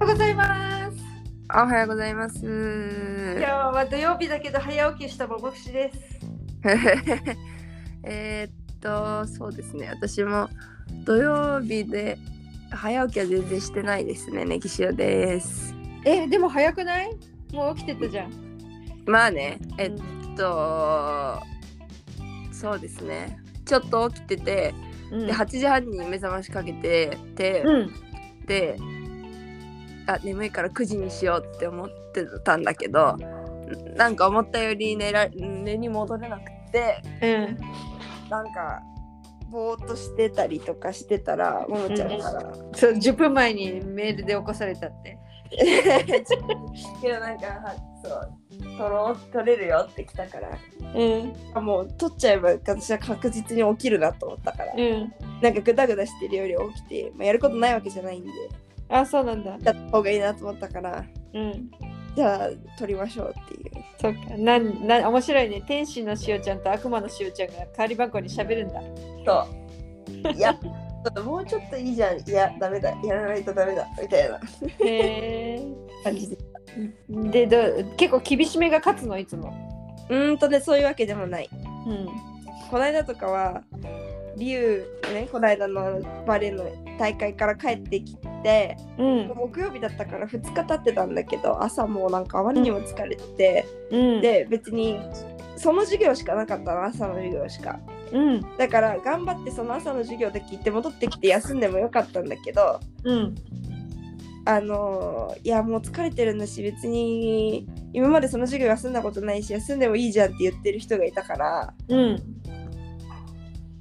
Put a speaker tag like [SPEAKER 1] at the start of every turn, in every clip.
[SPEAKER 1] ございます。
[SPEAKER 2] あおはようございます。
[SPEAKER 1] 今日は土曜日だけど早起きしたもぼくしです。
[SPEAKER 2] えーっとそうですね私も土曜日で早起きは全然してないですねねぎしおです。
[SPEAKER 1] え、でも早くないもう起きてたじゃん。
[SPEAKER 2] まあねえ
[SPEAKER 1] え
[SPEAKER 2] っとそうですねちょっと起きてて
[SPEAKER 1] うん
[SPEAKER 2] で8時半に目覚ましかけてて、
[SPEAKER 1] うん。
[SPEAKER 2] であ眠いから9時にしようって思ってたんだけどんなんか思ったより寝ら寝に戻れなくて
[SPEAKER 1] うん。
[SPEAKER 2] なんかぼーっとしてたりとかしてたらももちゃんから
[SPEAKER 1] そう、10分前にメールで起こされたって。
[SPEAKER 2] けどなんかはそう取ろう取れるよって来たから
[SPEAKER 1] うん。
[SPEAKER 2] あもう取っちゃえば私は確実に起きるなと思ったから
[SPEAKER 1] うん。
[SPEAKER 2] なんかグダグダしてるより起きて、まあ、やることないわけじゃないんで
[SPEAKER 1] あ、そうなんだ。
[SPEAKER 2] やった方がいいなと思ったから
[SPEAKER 1] うん。
[SPEAKER 2] じゃあ取りましょうっていう。
[SPEAKER 1] そうか。なん、なん、面白いね。天使のしおちゃんと悪魔のしおちゃんが代わり番号に喋るんだ。
[SPEAKER 2] そういやもうちょっといいじゃんいやダメだやらないとダメだみたいな
[SPEAKER 1] へえ。
[SPEAKER 2] 感じ
[SPEAKER 1] で、
[SPEAKER 2] で
[SPEAKER 1] ど、結構厳しめが勝つのいつも。
[SPEAKER 2] うーんとねそういうわけでもない
[SPEAKER 1] うん。
[SPEAKER 2] この間とかはリュウねこの間のバレエの大会から帰ってきて
[SPEAKER 1] うん。
[SPEAKER 2] 木曜日だったから2日経ってたんだけど朝もうなんかあまりにも疲れてて、
[SPEAKER 1] うん。、
[SPEAKER 2] で別にその授業しかなかったの朝の授業しか
[SPEAKER 1] うん。
[SPEAKER 2] だから頑張ってその朝の授業で聞いて戻ってきて休んでもよかったんだけど
[SPEAKER 1] うん。
[SPEAKER 2] あのーいやもう疲れてるんだし別に今までその授業休んだことないし休んでもいいじゃんって言ってる人がいたから
[SPEAKER 1] うん。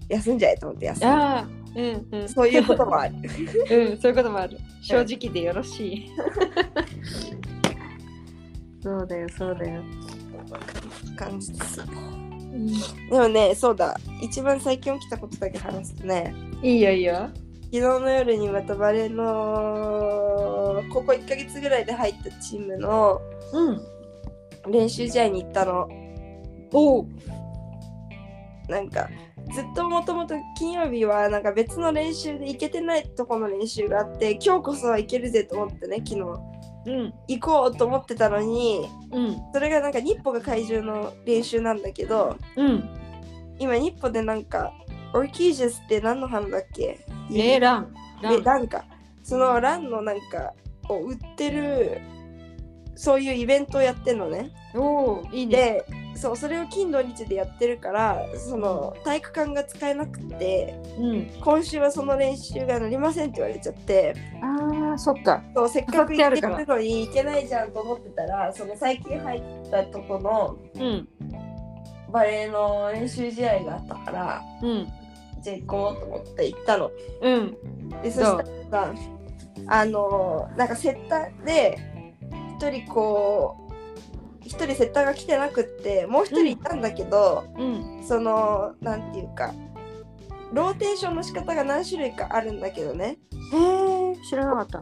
[SPEAKER 2] 休んじゃえと思って休んだ
[SPEAKER 1] ああ。うん。うん。
[SPEAKER 2] そういうこともある
[SPEAKER 1] うん、そういうこともある。正直でよろしい。そうだよ、そうだよ。
[SPEAKER 2] 感じですでもねそうだ一番最近起きたことだけ話すとね
[SPEAKER 1] いいよ、いいよ。
[SPEAKER 2] 昨日の夜にまたバレーのここ1ヶ月ぐらいで入ったチームの
[SPEAKER 1] うん。
[SPEAKER 2] 練習試合に行ったの
[SPEAKER 1] おう。
[SPEAKER 2] なんかずっともともと金曜日はなんか別の練習で行けてないとこの練習があって今日こそは行けるぜと思ってね昨日
[SPEAKER 1] うん。
[SPEAKER 2] 行こうと思ってたのに
[SPEAKER 1] うん。
[SPEAKER 2] それがなんか日歩が会場の練習なんだけど
[SPEAKER 1] うん。
[SPEAKER 2] 今日歩でなんかオーキージェスって何の花だっけ
[SPEAKER 1] ねえ、ラン。ラ
[SPEAKER 2] で
[SPEAKER 1] ン。
[SPEAKER 2] ランかそのランのなんかを売ってるそういうイベントをやってんのね。
[SPEAKER 1] おう、いいね。
[SPEAKER 2] でそうそれを金土日でやってるからその体育館が使えなくて
[SPEAKER 1] うん。
[SPEAKER 2] 今週はその練習がなりませんって言われちゃって
[SPEAKER 1] ああ、そっか。
[SPEAKER 2] そうせっかく
[SPEAKER 1] 飾っ
[SPEAKER 2] 行って
[SPEAKER 1] てあるから
[SPEAKER 2] るのに行けないじゃんと思ってたらその最近入ったとこの
[SPEAKER 1] うん。
[SPEAKER 2] バレエの練習試合があったから
[SPEAKER 1] うん。
[SPEAKER 2] じゃあ行こうと思って行ったの。
[SPEAKER 1] うん。
[SPEAKER 2] でそ
[SPEAKER 1] ど
[SPEAKER 2] し
[SPEAKER 1] う
[SPEAKER 2] たらさあのーなんかセッターで一人こう一人セッターが来てなくってもう一人いたんだけど、
[SPEAKER 1] うん。
[SPEAKER 2] そのなんていうかローテーションの仕方が何種類かあるんだけどね
[SPEAKER 1] へえ、知らなか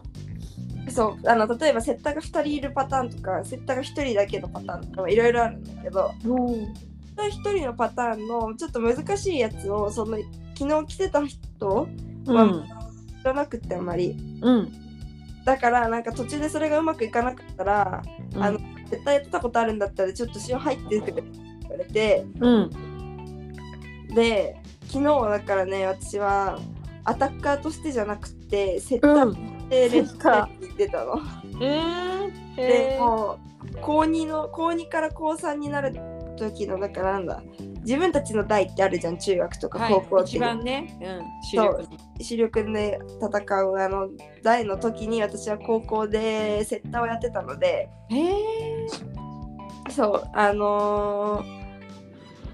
[SPEAKER 1] っ
[SPEAKER 2] そうあの例えばセッターが2人いるパターンとかセッターが1人だけのパターンとかいろいろあるんだけど
[SPEAKER 1] た。おう。
[SPEAKER 2] 1人のパターンのちょっと難しいやつをその昨日着てた人
[SPEAKER 1] う
[SPEAKER 2] は
[SPEAKER 1] ん。
[SPEAKER 2] 知らなくってあんまり。
[SPEAKER 1] うん。
[SPEAKER 2] だからなんか途中でそれがうまくいかなかったらあ
[SPEAKER 1] の、
[SPEAKER 2] の絶対やってたことあるんだったらちょっと塩入ってってくれって言われて
[SPEAKER 1] うん。
[SPEAKER 2] で昨日だからね私はアタッカーとしてじゃなくてセッターとしてレフトに行ってたの。
[SPEAKER 1] え
[SPEAKER 2] で
[SPEAKER 1] え。
[SPEAKER 2] もう高2の高2から高3になる時のだからなんだ自分たちの代ってあるじゃん中学とか
[SPEAKER 1] は
[SPEAKER 2] 高校
[SPEAKER 1] い。
[SPEAKER 2] って、
[SPEAKER 1] 一番ね。うん。主
[SPEAKER 2] そ
[SPEAKER 1] 力
[SPEAKER 2] う
[SPEAKER 1] の。
[SPEAKER 2] 主力で戦うあの代の時に私は高校でセッターをやってたので。
[SPEAKER 1] へえ。
[SPEAKER 2] そうあのー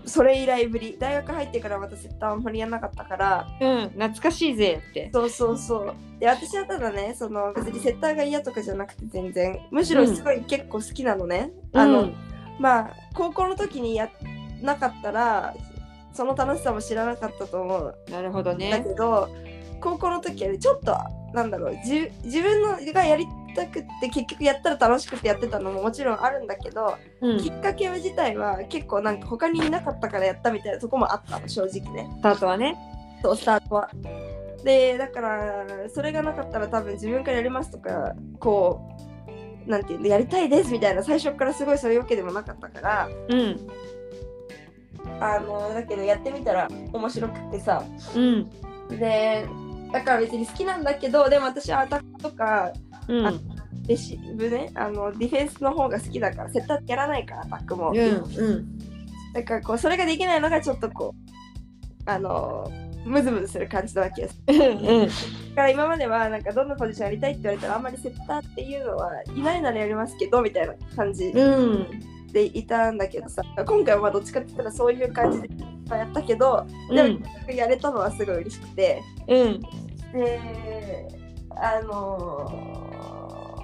[SPEAKER 2] それ以来ぶり大学入ってからまたセッターあんまりやんなかったから
[SPEAKER 1] うん。懐かしいぜって。
[SPEAKER 2] そうそうそうで私はただねその別にセッターが嫌とかじゃなくて全然むしろすごい結構好きなのね、あの、
[SPEAKER 1] うん
[SPEAKER 2] まあ高校の時にやんなかったらその楽しさも知らなかったと思う
[SPEAKER 1] なるほど
[SPEAKER 2] だ
[SPEAKER 1] ね。
[SPEAKER 2] けど高校の時はねちょっとなんだろう自自分のがやりたくって結局やったら楽しくてやってたのももちろんあるんだけど
[SPEAKER 1] う
[SPEAKER 2] き
[SPEAKER 1] ん。
[SPEAKER 2] っかけ自体は結構なんか他にいなかったからやったみたいなとこもあったの正直ね
[SPEAKER 1] スタートはね。
[SPEAKER 2] そうスタートはでだからそれがなかったら多分自分からやりますとかこうなんていうのやりたいですみたいな最初からすごいそういうわけでもなかったから
[SPEAKER 1] うん
[SPEAKER 2] あのだけどやってみたら面白くてさ
[SPEAKER 1] うん
[SPEAKER 2] でだから別に好きなんだけどでも私はアタックとか
[SPEAKER 1] うん
[SPEAKER 2] あレシーブねあのディフェンスの方が好きだからセットアップやらないからアタックも、
[SPEAKER 1] うん
[SPEAKER 2] だからこうそれができないのがちょっとこうあのムズムズする感じなわけです
[SPEAKER 1] うん
[SPEAKER 2] だから今まではなんかどんなポジションやりたいって言われたらあんまりセッターっていうのはいないならやりますけどみたいな感じ
[SPEAKER 1] うん
[SPEAKER 2] でいたんだけどさ今回はまあどっちかって言ったらそういう感じでやったけどでもやれたのはすごい嬉しくて
[SPEAKER 1] うん
[SPEAKER 2] であの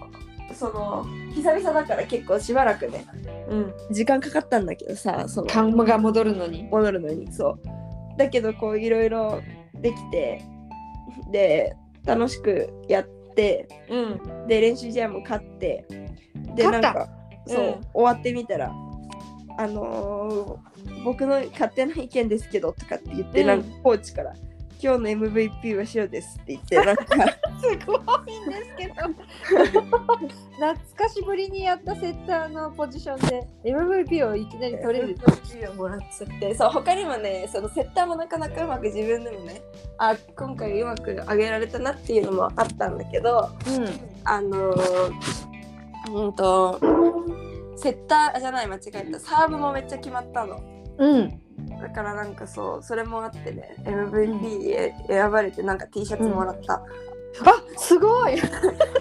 [SPEAKER 2] ーその久々だから結構しばらくね
[SPEAKER 1] うん
[SPEAKER 2] 時間かかったんだけどさその
[SPEAKER 1] 緩和が戻るのに
[SPEAKER 2] 戻るのにそうだけどこういろいろできてで楽しくやって
[SPEAKER 1] うん
[SPEAKER 2] で練習試合も勝ってで
[SPEAKER 1] 勝った
[SPEAKER 2] なんかそう、
[SPEAKER 1] うん
[SPEAKER 2] 終わってみたらあのー僕の勝手な意見ですけどとかって言って、
[SPEAKER 1] うん
[SPEAKER 2] なんかコーチから「今日の MVP は塩です」って言って なんか
[SPEAKER 1] すごいんですけど懐かしぶりにやったセッターのポジションで MVP をいきなり取れる
[SPEAKER 2] MVP をもらっちゃってそう他にもねそのセッターもなかなかうまく自分でもねあ今回うまく上げられたなっていうのもあったんだけど、あのーうんとセッターじゃない間違えたサーブもめっちゃ決まったの
[SPEAKER 1] うんうん
[SPEAKER 2] だからなんかそうそれもあってね MVP え選ばれてなんか T シャツもらった、
[SPEAKER 1] あすごい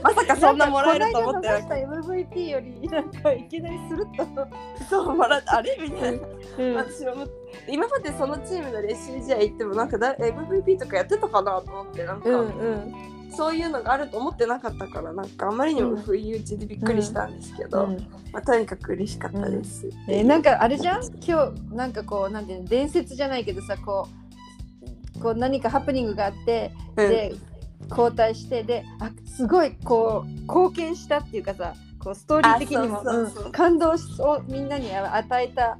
[SPEAKER 2] まさかそんなもらえると思ってな
[SPEAKER 1] なん
[SPEAKER 2] い
[SPEAKER 1] かこの間逃した MVP よりなんかいきなりするっと、
[SPEAKER 2] そうもらったあれみたいな、
[SPEAKER 1] うん
[SPEAKER 2] 私はも今までそのチームの練習試合行ってもなんかだ MVP とかやってたかなと思ってなんか、
[SPEAKER 1] うん
[SPEAKER 2] そういうのがあると思ってなかったからなんかあまりにも不意打ちでびっくりしたんですけど、まあ、とにかく嬉しかったです、
[SPEAKER 1] えーなんかあれじゃん今日なんかこうなんていうの伝説じゃないけどさこうこう何かハプニングがあって
[SPEAKER 2] うん
[SPEAKER 1] で交代してであすごいこう貢献したっていうかさこうストーリー的にも
[SPEAKER 2] あそうそうそう
[SPEAKER 1] うん感動をみんなに与えた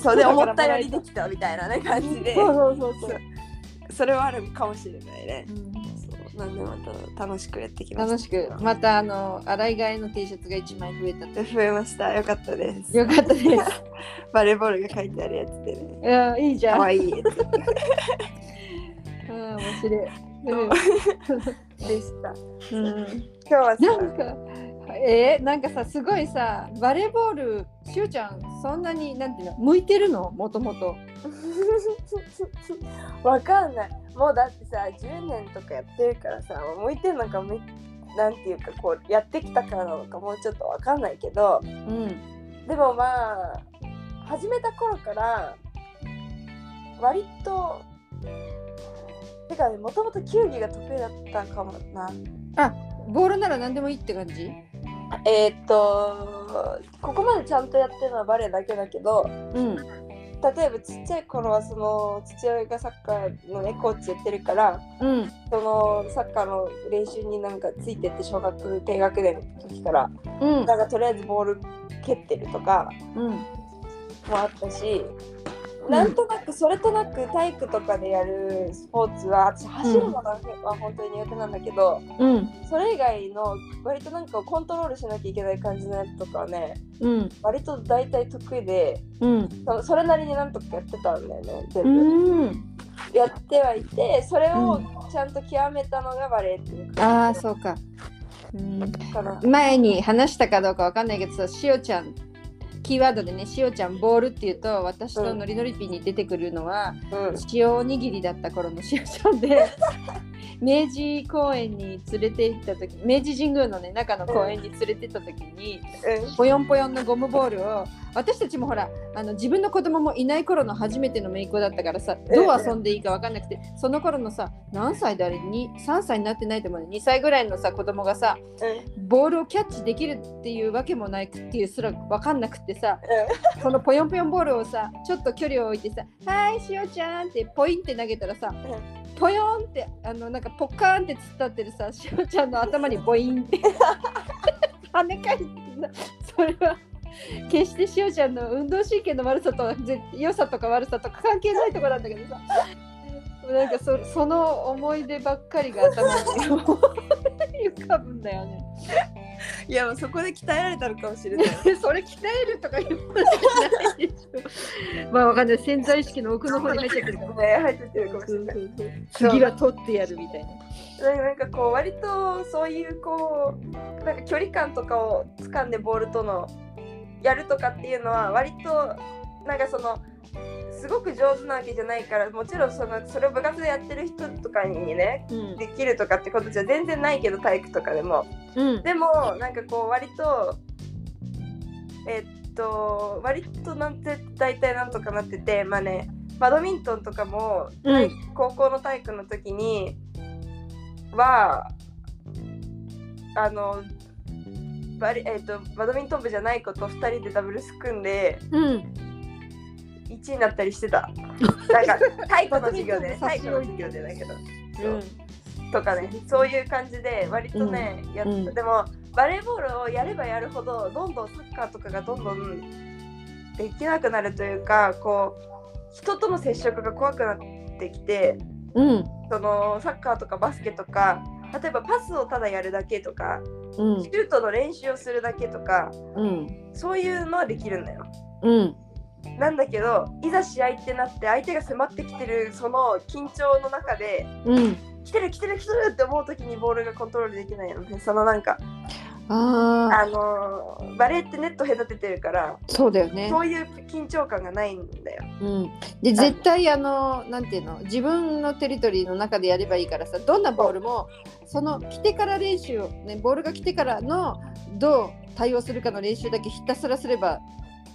[SPEAKER 2] そうで思ったよりできたみたいな、ね、感じで
[SPEAKER 1] そうそうそう
[SPEAKER 2] そ
[SPEAKER 1] そう
[SPEAKER 2] うそれはあるかもしれないね
[SPEAKER 1] うん
[SPEAKER 2] そうなんでまた楽しくやってきました
[SPEAKER 1] 楽しくまたあの洗い替えの T シャツが1枚増えたと
[SPEAKER 2] 増えましたよかったです
[SPEAKER 1] よかったです
[SPEAKER 2] バレーボールが書いてあるやつでね
[SPEAKER 1] いやいいじゃ
[SPEAKER 2] か
[SPEAKER 1] ん、
[SPEAKER 2] わいいや
[SPEAKER 1] うん、面白い、
[SPEAKER 2] つでした
[SPEAKER 1] うんうん
[SPEAKER 2] 今日はさ
[SPEAKER 1] なんか、えー、なんかさ、すごいさ、バレーボール、しおちゃん、そんなに、なんていうの、向いてるの、もともと。
[SPEAKER 2] わかんないもうだってさ10年とかやってるからさ向いてんのか向いなんていうかこうやってきたからなのかもうちょっとわかんないけど
[SPEAKER 1] うん。
[SPEAKER 2] でもまあ始めた頃から割とてかねもともと球技が得意だったかもな
[SPEAKER 1] ボールなら何でもいいって感じ。
[SPEAKER 2] えーっとここまでちゃんとやってるのはバレエだけだけど
[SPEAKER 1] うん。
[SPEAKER 2] 例えばちっちゃい頃はその父親がサッカーのねコーチやってるから
[SPEAKER 1] うん。
[SPEAKER 2] そのサッカーの練習になんかついてって小学低学年の時から
[SPEAKER 1] うん。
[SPEAKER 2] なんかとりあえずボール蹴ってるとか
[SPEAKER 1] うん。
[SPEAKER 2] もあったし、
[SPEAKER 1] うん
[SPEAKER 2] なんとなくそれとなく体育とかでやるスポーツは私走るのがは本当に苦手なんだけど、
[SPEAKER 1] うん。
[SPEAKER 2] それ以外の割となんかコントロールしなきゃいけない感じのやつとかはね
[SPEAKER 1] うん。
[SPEAKER 2] 割と大体得意で
[SPEAKER 1] うん。
[SPEAKER 2] そそれなりになんとかやってたんだよね全
[SPEAKER 1] う
[SPEAKER 2] 部、
[SPEAKER 1] ん。
[SPEAKER 2] やってはいてそれをちゃんと極めたのがバレエっていう
[SPEAKER 1] あ
[SPEAKER 2] 感
[SPEAKER 1] あ、
[SPEAKER 2] じ
[SPEAKER 1] そうか。うん。
[SPEAKER 2] かな。
[SPEAKER 1] 前に話したかどうかわかんないけどさ、しおちゃん。キーワードでね、しおちゃんボールっていうと、私とノリノリピーに出てくるのは。
[SPEAKER 2] うん
[SPEAKER 1] 塩おにぎりだった頃の塩ちゃんで明治公園に連れて行った時明治神宮のね中の公園に連れて行った時にぽよんぽよんのゴムボールを私たちもほらあの自分の子供もいない頃の初めての姪っ子だったからさどう遊んでいいか分かんなくてその頃のさ何歳だあれに3歳になってないと思うね2歳ぐらいのさ子供がさ
[SPEAKER 2] うん
[SPEAKER 1] ボールをキャッチできるっていうわけもないっていうすら分かんなくてさそのぽよんぽよんボールをさちょっと距離を置いてさ「はーいしおちゃん」ってポインって投げたらさぽよんってあのなんかポカーンって突っ立ってるさしおちゃんの頭にボインって跳ね返ってさそれは決してしおちゃんの運動神経の悪さとぜ良さとか悪さとか関係ないところなんだけどさなんかそその思い出ばっかりが頭に浮かぶんだよね。
[SPEAKER 2] いやもうそこで鍛えられたのかもしれ ない。
[SPEAKER 1] それ鍛えるとか言うことじゃないでしょ。まあわかんない潜在意識の奥の方に入っちゃってるかも。
[SPEAKER 2] ね入ってってるかもしれない。
[SPEAKER 1] 次は取ってやるみたいな。
[SPEAKER 2] なんかこう割とそういうこうなんか距離感とかを掴んでボールとのやるとかっていうのは割となんかそのすごく上手なわけじゃないからもちろんそのそれを部活でやってる人とかにね
[SPEAKER 1] うん
[SPEAKER 2] できるとかってことじゃ全然ないけど体育とかでも
[SPEAKER 1] うん
[SPEAKER 2] でもなんかこう割とえっと割となんて大体なんとかなっててまあねバドミントンとかも
[SPEAKER 1] うん
[SPEAKER 2] 高校の体育の時にはあのバリ、えっとバドミントン部じゃない子と2人でダブルス組んで
[SPEAKER 1] うん。
[SPEAKER 2] 1位になったりしてたなんか 体育の授業でね体育の授業でだけど、とかねそういう感じで割とね、やっ
[SPEAKER 1] うん
[SPEAKER 2] でもバレーボールをやればやるほどどんどんサッカーとかがどんどんできなくなるというかこう人との接触が怖くなってきて
[SPEAKER 1] うん
[SPEAKER 2] そのサッカーとかバスケとか例えばパスをただやるだけとか
[SPEAKER 1] うん
[SPEAKER 2] シュートの練習をするだけとか
[SPEAKER 1] うん
[SPEAKER 2] そういうのはできるんだよ。
[SPEAKER 1] うん
[SPEAKER 2] なんだけどいざ試合ってなって相手が迫ってきてるその緊張の中で
[SPEAKER 1] うん。
[SPEAKER 2] 来てる来てる来てるって思う時にボールがコントロールできないのねそのなんか
[SPEAKER 1] ああ
[SPEAKER 2] あのーバレーってネット隔ててるから
[SPEAKER 1] そうだよね。
[SPEAKER 2] そういう緊張感がないんだよ。
[SPEAKER 1] うん、で絶対あのなんていうの自分のテリトリーの中でやればいいからさどんなボールもその来てから練習を、ね、ボールが来てからのどう対応するかの練習だけひたすらすれば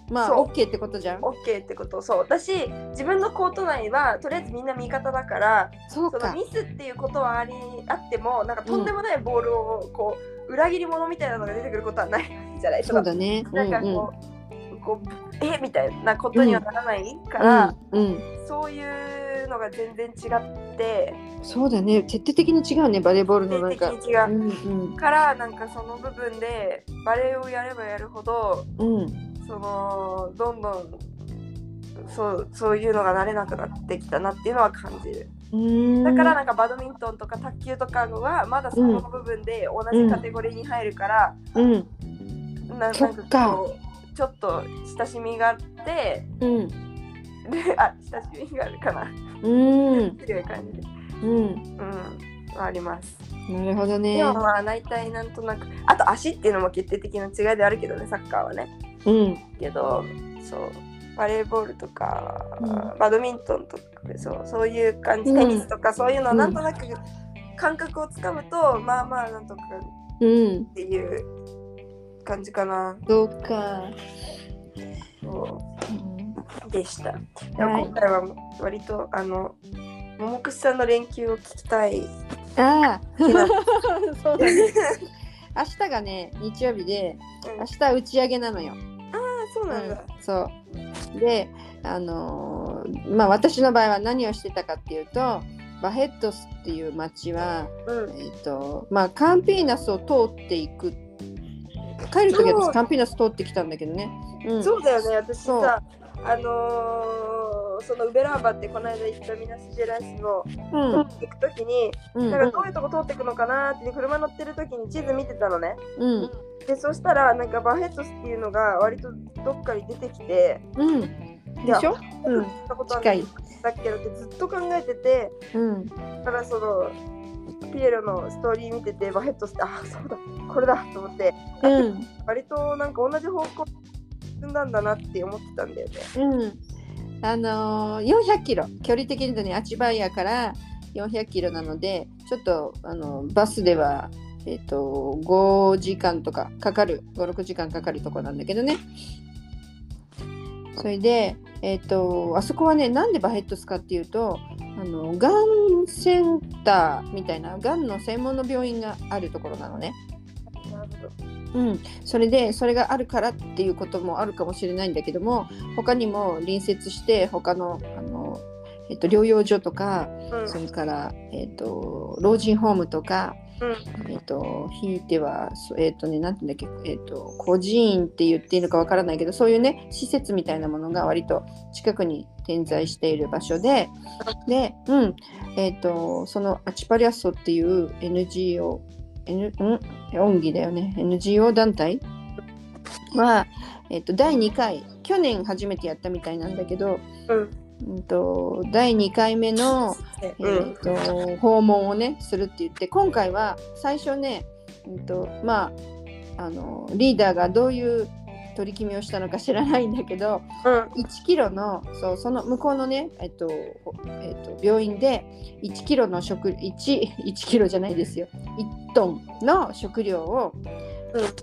[SPEAKER 1] まあ
[SPEAKER 2] そう
[SPEAKER 1] OK ってことじゃん
[SPEAKER 2] OK ってことそう私自分のコート内はとりあえずみんな味方だから
[SPEAKER 1] そう
[SPEAKER 2] その
[SPEAKER 1] か
[SPEAKER 2] ミスっていうことはありあってもなんかとんでもないボールをこう裏切り者みたいなのが出てくることはないじゃない
[SPEAKER 1] そうだね
[SPEAKER 2] そのなんかこう,、こうえみたいなことにはならないから、
[SPEAKER 1] うん、うんうん、
[SPEAKER 2] そういうのが全然違って
[SPEAKER 1] そうだね徹底的に違うねバレーボールのなん
[SPEAKER 2] 定
[SPEAKER 1] か
[SPEAKER 2] 的に違
[SPEAKER 1] う
[SPEAKER 2] うん
[SPEAKER 1] うん
[SPEAKER 2] からなんかその部分でバレエをやればやるほど
[SPEAKER 1] うん
[SPEAKER 2] そのどんどんそうそういうのが慣れなくなってきたなっていうのは感じる。
[SPEAKER 1] うーん
[SPEAKER 2] だからなんかバドミントンとか卓球とかはまだそこの部分で同じカテゴリーに入るから、
[SPEAKER 1] うん
[SPEAKER 2] な
[SPEAKER 1] そ
[SPEAKER 2] な
[SPEAKER 1] っ
[SPEAKER 2] ん
[SPEAKER 1] か
[SPEAKER 2] かこうちょっと親しみがあって
[SPEAKER 1] うん
[SPEAKER 2] であ親しみがあるかな
[SPEAKER 1] うん
[SPEAKER 2] っていう感じで、
[SPEAKER 1] うん
[SPEAKER 2] うん、あります。
[SPEAKER 1] なるほどね
[SPEAKER 2] でもまあ大体なんとなくあと足っていうのも決定的な違いであるけどねサッカーはね。
[SPEAKER 1] うん
[SPEAKER 2] けどそうバレーボールとか、
[SPEAKER 1] うん
[SPEAKER 2] バドミントンとかそうそういう感じ
[SPEAKER 1] うん
[SPEAKER 2] テニスとかそういうの
[SPEAKER 1] うん
[SPEAKER 2] なんとなく感覚をつかむと、まあまあなんとか
[SPEAKER 1] うん
[SPEAKER 2] っていう感じかな
[SPEAKER 1] そうか、
[SPEAKER 2] そ
[SPEAKER 1] うん
[SPEAKER 2] うでした。でも
[SPEAKER 1] はい
[SPEAKER 2] 今回は割とあの桃くさんの連休を聞きたい。
[SPEAKER 1] ああ そうだね
[SPEAKER 2] あ
[SPEAKER 1] 明日がね日曜日で
[SPEAKER 2] うん
[SPEAKER 1] 明日打ち上げなのよ、
[SPEAKER 2] そうなんだ。
[SPEAKER 1] うんそうであのーまあ私の場合は何をしてたかっていうとバヘッドスっていう町は、
[SPEAKER 2] うん
[SPEAKER 1] え。ーとまあ、カンピーナスを通っていく帰る時は
[SPEAKER 2] そう
[SPEAKER 1] 私カンピーナス通ってきたんだけどね、うん、
[SPEAKER 2] そうだよね、私
[SPEAKER 1] そう
[SPEAKER 2] さ、あのーそのウベラーバってこの間行ったミナスジェライスの
[SPEAKER 1] うん
[SPEAKER 2] 行くときに、
[SPEAKER 1] うん
[SPEAKER 2] なんかどういうとこ通ってくのかなって車乗ってるときに地図見てたのね。
[SPEAKER 1] うん
[SPEAKER 2] で、そしたら、なんかバヘッドスっていうのが割とどっかに出てきて、
[SPEAKER 1] うんでしょ、う
[SPEAKER 2] うん聞いたことはないんだけどってずっと考えてて、
[SPEAKER 1] うん、
[SPEAKER 2] だからその、ピエロのストーリー見てて、バヘッドスって、あ、そうだ、これだと思って、
[SPEAKER 1] うん
[SPEAKER 2] 割となんか同じ方向進んだんだなって思ってたんだよね。
[SPEAKER 1] うん、あのー、400キロ距離的に言うとねアチバイアから400キロなのでちょっとあのバスではえっ、と5時間とかかかる56時間かかるとこなんだけどねそれでえっ、とあそこはねなんでバヘッドスかっていうとあのがんセンターみたいながんの専門の病院があるところなのね。
[SPEAKER 2] なるほど
[SPEAKER 1] うん、それでそれがあるからっていうこともあるかもしれないんだけども他にも隣接して他のあの、えっと、療養所とか
[SPEAKER 2] うん
[SPEAKER 1] それから、えっと、老人ホームとか、えっとひいてはそうえっとねなんていうんだっけえっと孤児院って言っていいのかわからないけどそういうね施設みたいなものが割と近くに点在している場所でで、うんえっとそのアチパリアッソっていう NGO、N ん、恩義だよね NGO 団体は、えっと第2回去年初めてやったみたいなんだけど、うんと第2回目の
[SPEAKER 2] え
[SPEAKER 1] えー、と訪問をねするって言って今回は最初ね、うんとまあ、あのリーダーがどういう取り決めをしたのか知らないんだけど1キロのそうその向こうのね、えっとほえっと、病院で1キロの食 1, 1キロじゃないですよ1トンの食料を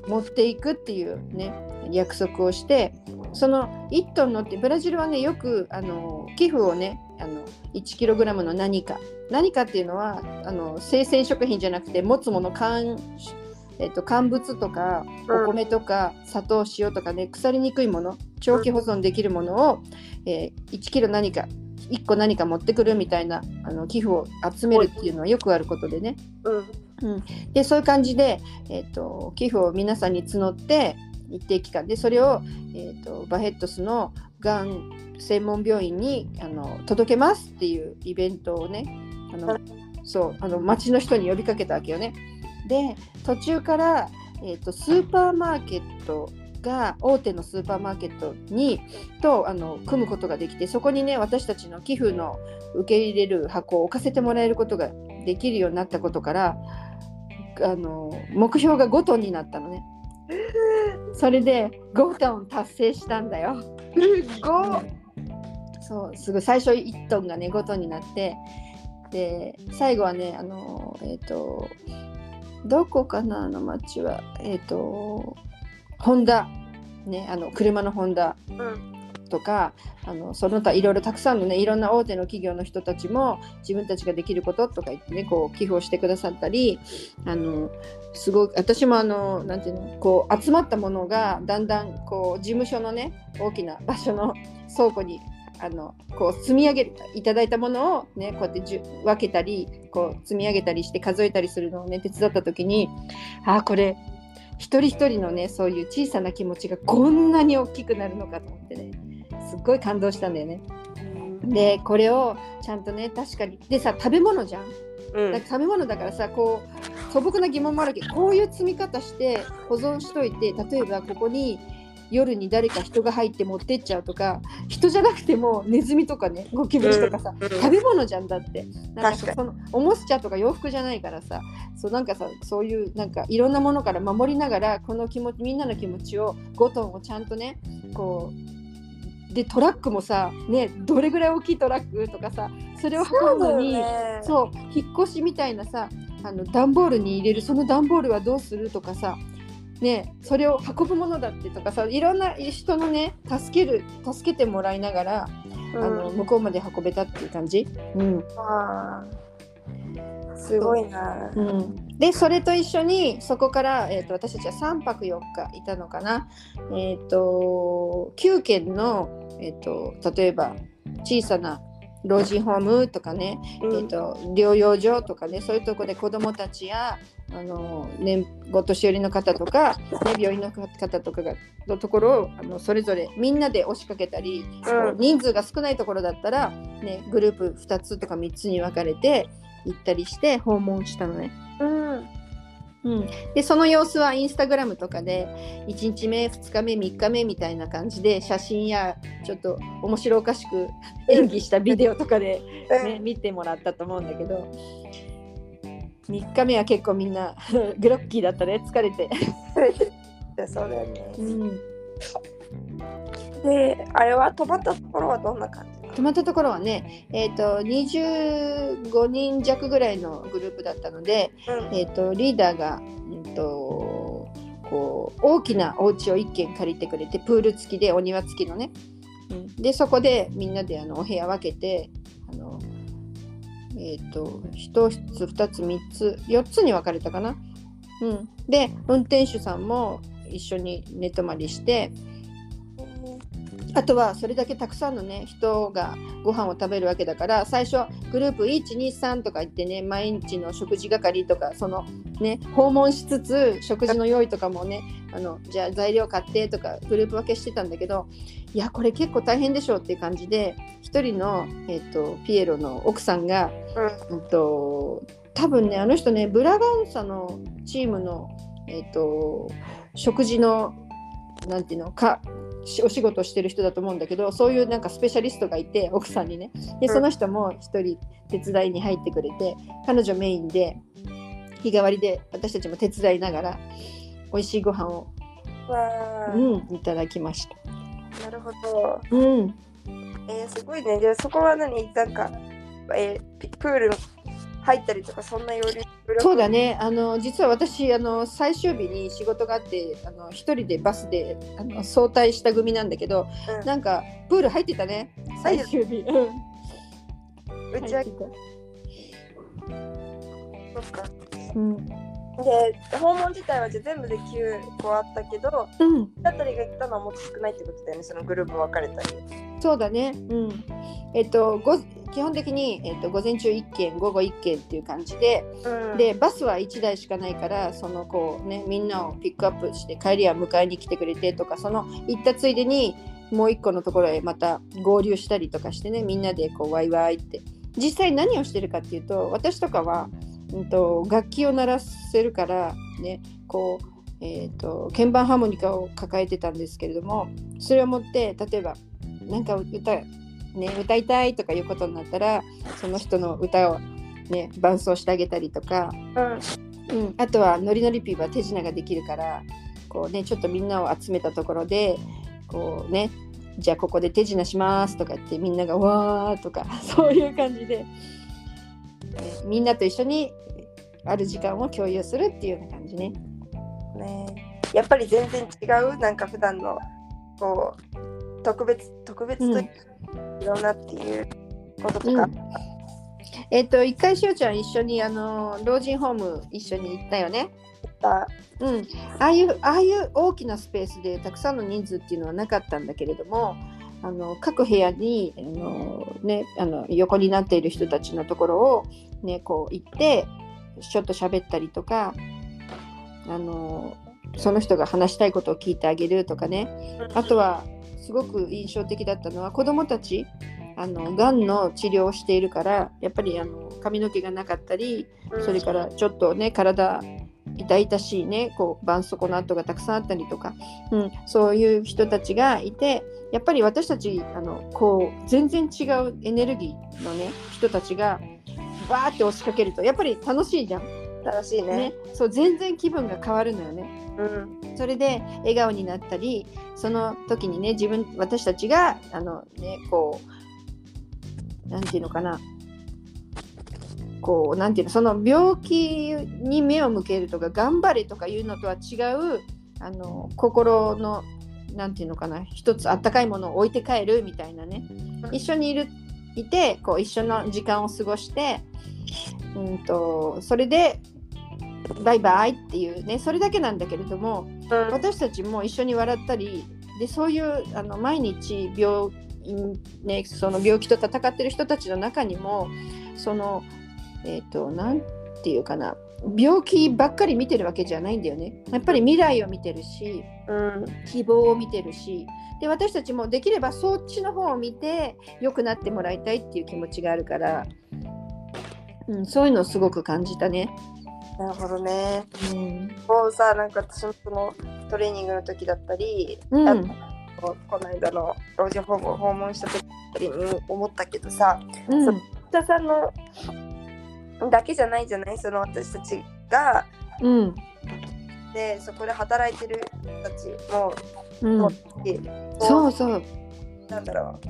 [SPEAKER 1] 持っていくっていうね約束をしてその1トンのってブラジルはねよくあの寄付をねあの 1kg の何か何かっていうのはあの生鮮食品じゃなくて持つもの乾,、えっと、乾物とかお米とか砂糖塩とかね腐りにくいもの長期保存できるものを、えー、1kg 何か1個何か持ってくるみたいなあの寄付を集めるっていうのはよくあることでね。でそういう感じで、えー、と寄付を皆さんに募って一定期間でそれを、えー、とバヘットスのがん専門病院にあの届けますっていうイベントをねあのそうあの町の人に呼びかけたわけよね。で途中から、えー、とスーパーマーケットが大手のスーパーマーケットにとあの組むことができてそこにね私たちの寄付の受け入れる箱を置かせてもらえることができるようになったことからあの目標が5トンになったのね。それで5トン達成したんだよ。そうすごい最初1トンがね5トンになってで最後はねあのえっ、とどこかなあの町はえっ、とホンダねあの車のホンダとかあのその他いろいろたくさんのねいろんな大手の企業の人たちも自分たちができることとか言ってねこう寄付をしてくださったりあのすごく私もあのなんていうのこう集まったものがだんだんこう事務所のね大きな場所の倉庫にあのこう積み上げいただいたものをねこうやってじゅ分けたりこう積み上げたりして数えたりするのをね手伝った時にああこれ一人一人のねそういう小さな気持ちがこんなに大きくなるのかと思ってねすっごい感動したんだよね。でこれをちゃんとね確かにでさ食べ物じゃんだから食べ物だからさこう素朴な疑問もあるけどこういう積み方して保存しといて例えばここに夜に誰か人が入って持ってっちゃうとか人じゃなくてもネズミとかねゴキブリとかさ、
[SPEAKER 2] うんうん
[SPEAKER 1] 食べ物じゃんだってなんか
[SPEAKER 2] 確かに
[SPEAKER 1] そのおもちゃとか洋服じゃないからさそうなんかさそういうなんかいろんなものから守りながらこの気持ちみんなの気持ちを5トンをちゃんとねこうでトラックもさねどれぐらい大きいトラックとかさそれを運ぶのに。そう引っ越しみたいなさあの段ボールに入れるその段ボールはどうするとかさねそれを運ぶものだってとかさいろんな人のね助ける助けてもらいながら、あの向こうまで運べたっていう感じ。うん
[SPEAKER 2] すごいな。
[SPEAKER 1] うん、でそれと一緒にそこから、えー、と私たちは3泊4日いたのかな、えー、と9県の、えー、と例えば小さな老人ホームとかねえっと療養所とかねそういうとこで子どもたちやあの、ね、ご年寄りの方とか、ね、病院の方とかがのところをあのそれぞれみんなで押しかけたり、こう人数が少ないところだったら、ね、グループ2つとか3つに分かれて行ったりして訪問したのね。
[SPEAKER 2] うん
[SPEAKER 1] うん、でその様子はインスタグラムとかで1日目2日目3日目みたいな感じで写真やちょっと面白おかしく演技したビデオとかでね、見てもらったと思うんだけど3日目は結構みんな グロッキーだったね疲れて、
[SPEAKER 2] そうだよね。で、あれは泊まったところはどんな感じ
[SPEAKER 1] 泊まったところはね、えー、と25人弱ぐらいのグループだったので、えー、とリーダーが、うん、とこう大きなお家を1軒借りてくれてプール付きでお庭付きのね、うん、でそこでみんなであのお部屋分けてあの、えー、と1つ2つ3つ4つに分かれたかな、うん、で運転手さんも一緒に寝泊まりしてあとはそれだけたくさんのね人がご飯を食べるわけだから最初グループ123とか言ってね毎日の食事係とかそのね訪問しつつ食事の用意とかもねあのじゃあ材料買ってとかグループ分けしてたんだけどいやこれ結構大変でしょうっていう感じで一人の、えっとピエロの奥さんが、うんと多分ねあの人ねブラガンサのチームの、えっと食事のなんていうのかしお仕事してる人だと思うんだけどそういうなんかスペシャリストがいて奥さんにねでその人も1人手伝いに入ってくれて彼女メインで日替わりで私たちも手伝いながら美味しいご飯を、
[SPEAKER 2] わあ、
[SPEAKER 1] うん、いただきました。
[SPEAKER 2] なるほど。
[SPEAKER 1] うん、
[SPEAKER 2] えー、すごいね。じゃあそこは何なんか、えーピプール入ったりとか、そんな余裕
[SPEAKER 1] そうだねあの実は私あの最終日に仕事があってあの1人でバスであの早退した組なんだけど、
[SPEAKER 2] うん
[SPEAKER 1] なんかプール入ってたね最終日。うん
[SPEAKER 2] うちは、
[SPEAKER 1] 入ってた
[SPEAKER 2] そっか。
[SPEAKER 1] うん
[SPEAKER 2] で、訪問自体はじゃあ全部で9個あったけど、
[SPEAKER 1] うん
[SPEAKER 2] あたりが行ったのはもっと少ないってことだよね、そのグループ分かれたり。
[SPEAKER 1] そうだね。うん。えっと、ご基本的に、えっと、午前中1件、午後1件っていう感じで、
[SPEAKER 2] うん、
[SPEAKER 1] で、バスは1台しかないから、そのこうね、みんなをピックアップして、帰りは迎えに来てくれてとか、その行ったついでに、もう1個のところへまた合流したりとかしてね、みんなでこう、ワイワイって。実際何をしてるかっていうと、私とかは、うんと、楽器を鳴らせるから、ね、こう、えっと鍵盤ハーモニカを抱えてたんですけれどもそれを持って例えばなんか歌,、ね、歌いたいとかいうことになったらその人の歌を、ね、伴奏してあげたりとか、
[SPEAKER 2] うん、
[SPEAKER 1] うん、あとはノリノリピーは手品ができるからこう、ね、ちょっとみんなを集めたところでこうねじゃあここで手品しますとか言ってみんながわーとか そういう感じで、ねみんなと一緒にある時間を共有するっていうような感じね。
[SPEAKER 2] ねやっぱり全然違うなんか普段のこう特別特別といういろんなっていうこととか、
[SPEAKER 1] うんえっ、と一回しおちゃん一緒にあの老人ホーム一緒に行ったよね。
[SPEAKER 2] あ
[SPEAKER 1] うん、ああいうああいう大きなスペースでたくさんの人数っていうのはなかったんだけれどもあの各部屋にあの、ね、あの横になっている人たちのところを、ね、こう行ってちょっと喋ったりとかあのその人が話したいことを聞いてあげるとかねあとはすごく印象的だったのは子どもたちあのがんの治療をしているからやっぱりあの髪の毛がなかったりそれからちょっとね体痛々しいねこう絆創膏の跡がたくさんあったりとか、うん、そういう人たちがいてやっぱり私たちあのこう全然違うエネルギーのね人たちがバーって押しかけるとやっぱり楽しいじゃん、ね
[SPEAKER 2] ら楽しいね
[SPEAKER 1] そう全然気分が変わるのよね。
[SPEAKER 2] うん
[SPEAKER 1] それで笑顔になったりその時にね自分私たちがあのねこうなんていうのかなこうなんていうのその病気に目を向けるとか頑張れとかいうのとは違うあの心のなんていうのかな一つあったかいものを置いて帰るみたいなね一緒にいるいてこう一緒の時間を過ごしてうんとそれでバイバイっていうねそれだけなんだけれども
[SPEAKER 2] うん
[SPEAKER 1] 私たちも一緒に笑ったりでそういうあの毎日病,、ね、その病気と闘ってる人たちの中にもそのえっ、となんていうかな病気ばっかり見てるわけじゃないんだよね。やっぱり未来を見てるし
[SPEAKER 2] うん
[SPEAKER 1] 希望を見てるしで私たちもできればそっちの方を見て良くなってもらいたいっていう気持ちがあるから、うん、そういうのをすごく感じたね。
[SPEAKER 2] なるほどね
[SPEAKER 1] うん
[SPEAKER 2] もうさなんか私もそのトレーニングの時だったり、
[SPEAKER 1] うん
[SPEAKER 2] あとこうこの間の老人ホームを訪問した時だったりに思ったけどさ
[SPEAKER 1] うん
[SPEAKER 2] そう北さんのだけじゃないじゃないその私たちが
[SPEAKER 1] うん
[SPEAKER 2] でそこで働いてる人たちも
[SPEAKER 1] うん、
[SPEAKER 2] で
[SPEAKER 1] そうそう
[SPEAKER 2] なんだろ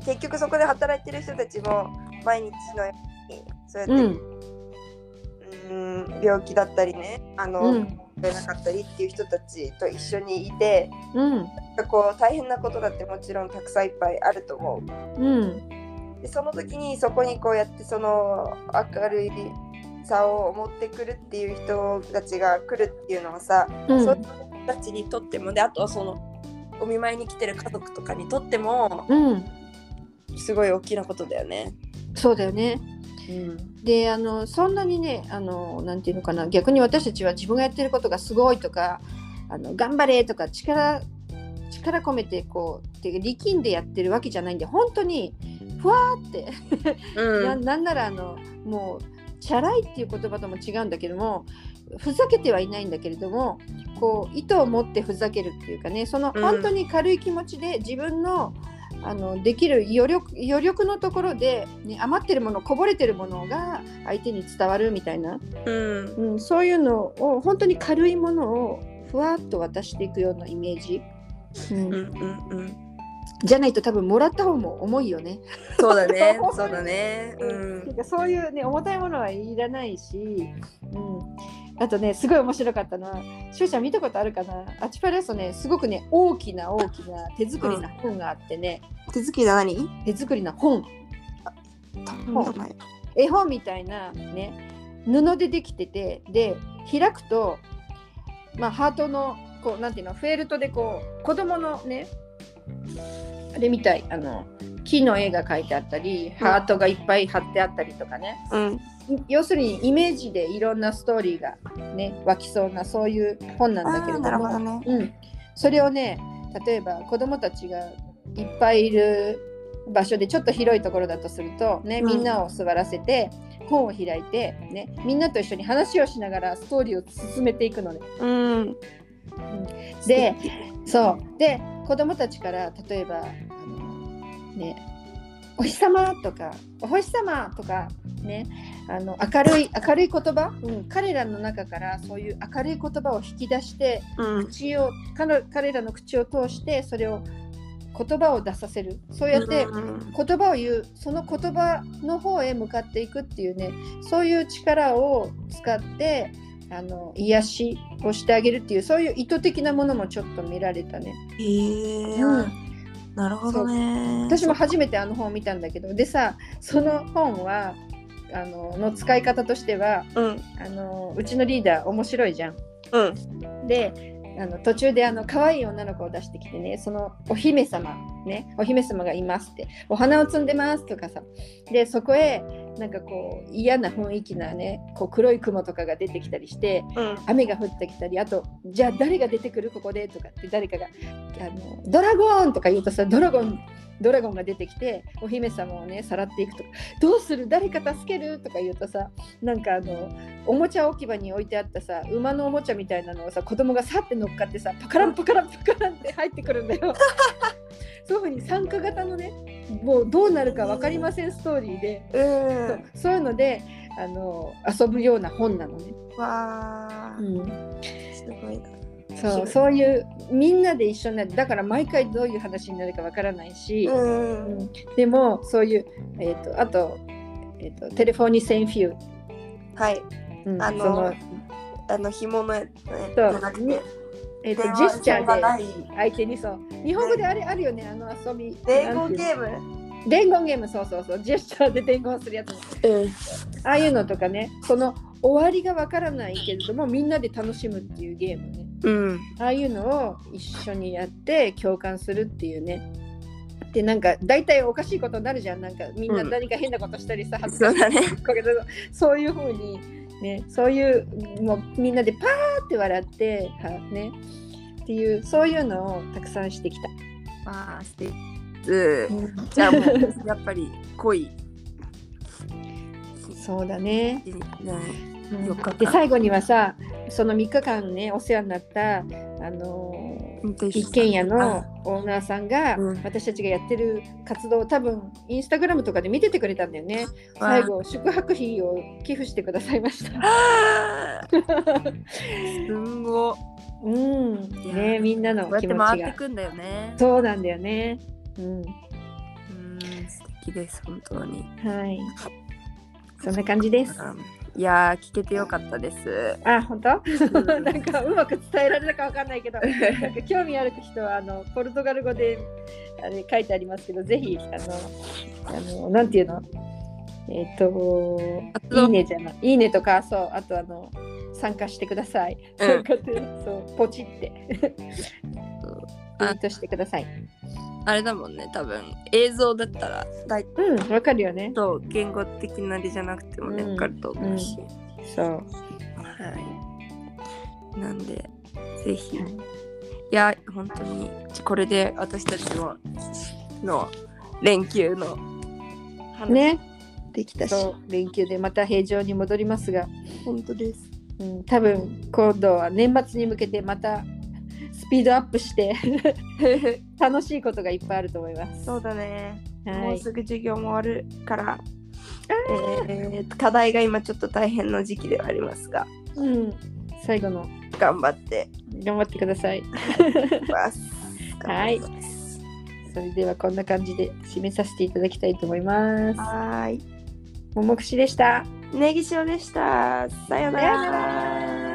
[SPEAKER 2] う結局そこで働いてる人たちも毎日のようにそうやって、
[SPEAKER 1] う
[SPEAKER 2] うんーん、病気だったりねあの、
[SPEAKER 1] う
[SPEAKER 2] 食
[SPEAKER 1] ん
[SPEAKER 2] べなかったりっていう人たちと一緒にいて
[SPEAKER 1] うん
[SPEAKER 2] こう大変なことだってもちろんたくさんいっぱいあると思う
[SPEAKER 1] うん
[SPEAKER 2] でその時にそこにこうやってその明るいさを持ってくるっていう人たちが来るっていうのはさ、
[SPEAKER 1] う
[SPEAKER 2] そうんいう人たちにとってもであとはそのお見舞いに来てる家族とかにとっても
[SPEAKER 1] うん
[SPEAKER 2] すごい大きなことだよね。
[SPEAKER 1] そうだよね
[SPEAKER 2] うん、
[SPEAKER 1] であのそんなにねあのなんていうのかな逆に私たちは自分がやってることがすごいとかあの頑張れとか力力込めてこうって力んでやってるわけじゃないんで本当にふわーって、
[SPEAKER 2] う、
[SPEAKER 1] なんなんならあのもうチャラいっていう言葉とも違うんだけどもふざけてはいないんだけれどもこう意図を持ってふざけるっていうかねその
[SPEAKER 2] うん
[SPEAKER 1] 本当に軽い気持ちで自分の,、あのできる余力余力のところで、ね、余ってるものこぼれてるものが相手に伝わるみたいな、
[SPEAKER 2] うん、
[SPEAKER 1] うん、そういうのを本当に軽いものをふわっと渡していくようなイメージ、うん
[SPEAKER 2] うん、うん、うん。
[SPEAKER 1] じゃないと多分もらった方も重いよね。
[SPEAKER 2] そうだ ね、そうだね。う
[SPEAKER 1] なん
[SPEAKER 2] ん、
[SPEAKER 1] かそういうね重たいものはいらないし、うん、あとねすごい面白かったのはしゅうちゃん見たことあるかなアチパレストねすごくね大きな大きな手作りな本があってね、
[SPEAKER 2] 手作りだ何？
[SPEAKER 1] 手作りな本絵本みたいなね布でできててで開くと、まあ、ハートのこうなんていうのフェルトでこう子供のねあれみたいあの木の絵が描いてあったりハートがいっぱい貼ってあったりとかね、
[SPEAKER 2] うん、
[SPEAKER 1] 要するにイメージでいろんなストーリーがね湧きそうなそういう本なんだけれども
[SPEAKER 2] ね。
[SPEAKER 1] うん、それをね例えば子どもたちがいっぱいいる場所でちょっと広いところだとすると、ね、
[SPEAKER 2] うん
[SPEAKER 1] みんなを座らせて、本を開いて、ね、みんなと一緒に話をしながらストーリーを進めていくのね。
[SPEAKER 2] うん、
[SPEAKER 1] でそうで子供たちから例えばあのねお日様とかお星様とかねあの明るい明るい言葉、うん、彼らの中からそういう明るい言葉を引き出して
[SPEAKER 2] うん、
[SPEAKER 1] 口を彼彼らの口を通してそれを言葉を出させるそうやって
[SPEAKER 2] うん
[SPEAKER 1] 言葉を言うその言葉の方へ向かっていくっていうねそういう力を使ってあの癒しをしてあげるっていうそういう意図的なものもちょっと見られたね。
[SPEAKER 2] へえ、
[SPEAKER 1] うん
[SPEAKER 2] なるほどね。
[SPEAKER 1] 私も初めてあの本を見たんだけどでさその本はあのの使い方としては
[SPEAKER 2] うん、
[SPEAKER 1] あのうちのリーダー面白いじゃん。
[SPEAKER 2] うん、
[SPEAKER 1] であの途中であの可愛い女の子を出してきてねそのお姫様ねお姫様がいますってお花を摘んでますとかさでそこへなんかこう嫌な雰囲気なねこう黒い雲とかが出てきたりして
[SPEAKER 2] うん、
[SPEAKER 1] 雨が降ってきたりあとじゃあ誰が出てくるここでとかって誰かがあのドラゴンとか言うとさドラゴンドラゴンが出てきてお姫様をねさらっていくとかどうする誰か助けるとか言うとさなんかあのおもちゃ置き場に置いてあったさ馬のおもちゃみたいなのをさ子供がさって乗っかってさパカランパカランパカランって入ってくるんだよ。 そういうふうに参加型のねもうどうなるか分かりませんストーリーで、
[SPEAKER 2] う
[SPEAKER 1] そうそういうのであの遊ぶような本なのね。
[SPEAKER 2] ん、わあ、
[SPEAKER 1] ん
[SPEAKER 2] すごいな。
[SPEAKER 1] そ
[SPEAKER 2] そうう
[SPEAKER 1] そういうみんなで一緒になってだから毎回どういう話になるかわからないし、
[SPEAKER 2] うん、
[SPEAKER 1] でもそういう、えー、とあと,、えー、とテレフォニーセンフィュ
[SPEAKER 2] はい、
[SPEAKER 1] ー、うん
[SPEAKER 2] あの
[SPEAKER 1] その
[SPEAKER 2] あの紐のやつね。
[SPEAKER 1] そう
[SPEAKER 2] じゃなくて
[SPEAKER 1] えー、と
[SPEAKER 2] 電話
[SPEAKER 1] ジェスチャ
[SPEAKER 2] しょうが
[SPEAKER 1] ー
[SPEAKER 2] な
[SPEAKER 1] で
[SPEAKER 2] い
[SPEAKER 1] 相手にそう日本語であれあるよねあの遊び
[SPEAKER 2] 伝言
[SPEAKER 1] なんていう
[SPEAKER 2] ゲーム。
[SPEAKER 1] の伝言ゲームそうそうそうジェスチャーで伝言するやつ
[SPEAKER 2] うん。
[SPEAKER 1] ああいうのとかねその終わりがわからないけれどもみんなで楽しむっていうゲームね
[SPEAKER 2] うん。
[SPEAKER 1] ああいうのを一緒にやって共感するっていうね。でなんか大体おかしいことになるじゃんなんかみんな
[SPEAKER 2] うん
[SPEAKER 1] 何か変なことしたりさ、恥ず
[SPEAKER 2] そ
[SPEAKER 1] か
[SPEAKER 2] うだね。
[SPEAKER 1] しいけどそういう風にねそういうもうみんなでパーって笑ってはねっていうそういうのをたくさんしてきた。
[SPEAKER 2] ああ、素敵。じゃあもうやっぱり濃い。
[SPEAKER 1] そうだね。
[SPEAKER 2] ね
[SPEAKER 1] うん
[SPEAKER 2] よかった
[SPEAKER 1] で最後にはさその3日間ねお世話になったあのー一軒家のオーナーさんが
[SPEAKER 2] うん
[SPEAKER 1] 私たちがやってる活動を多分インスタグラムとかで見ててくれたんだよね最後宿泊費を寄付してくださいました
[SPEAKER 2] あーすんご
[SPEAKER 1] うん
[SPEAKER 2] いや
[SPEAKER 1] ねみんなの
[SPEAKER 2] こうやっ
[SPEAKER 1] 気
[SPEAKER 2] て
[SPEAKER 1] 持ち
[SPEAKER 2] 回って
[SPEAKER 1] が
[SPEAKER 2] くんだよね
[SPEAKER 1] そうなんだよねうん
[SPEAKER 2] うん素敵です本当に
[SPEAKER 1] はいそんな感じです
[SPEAKER 2] いやー聞けてよかったです
[SPEAKER 1] あ本当
[SPEAKER 2] うん
[SPEAKER 1] なんかうまく伝えられたかわかんないけどなんか興味ある人はあのポルトガル語であれ書いてありますけどぜひあのあのなんていうのえっ、と
[SPEAKER 2] 活動
[SPEAKER 1] いいねじゃないいいねとかそうあとあの参加してください、
[SPEAKER 2] うん
[SPEAKER 1] そうそうポチってツイートしてください。
[SPEAKER 2] あれだもんね多分映像だったら大体
[SPEAKER 1] うん、わかるよね。
[SPEAKER 2] と言語的なりじゃなくてもね
[SPEAKER 1] うん
[SPEAKER 2] わかると思うし、
[SPEAKER 1] そう。
[SPEAKER 2] はいなんでぜひい
[SPEAKER 1] はい
[SPEAKER 2] や本当にこれで私たちもの連休の話
[SPEAKER 1] ね。でき
[SPEAKER 2] たし
[SPEAKER 1] そう連休でまた平常に戻りますが、
[SPEAKER 2] 本当です
[SPEAKER 1] うん、多分今度は年末に向けてまたスピードアップして 楽しいことがいっぱいあると思います。
[SPEAKER 2] そうだね、
[SPEAKER 1] は
[SPEAKER 2] もう
[SPEAKER 1] い。
[SPEAKER 2] すぐ授業も終わるから、えー課題が今ちょっと大変な時期ではありますが
[SPEAKER 1] うん。最後の
[SPEAKER 2] 頑張って
[SPEAKER 1] 頑張ってください。
[SPEAKER 2] ます。
[SPEAKER 1] はい
[SPEAKER 2] 頑張ります
[SPEAKER 1] それではこんな感じで締めさせていただきたいと思います。
[SPEAKER 2] はーい。
[SPEAKER 1] ももくしでした。
[SPEAKER 2] ネギ塩でした。さような
[SPEAKER 1] さような
[SPEAKER 2] ら。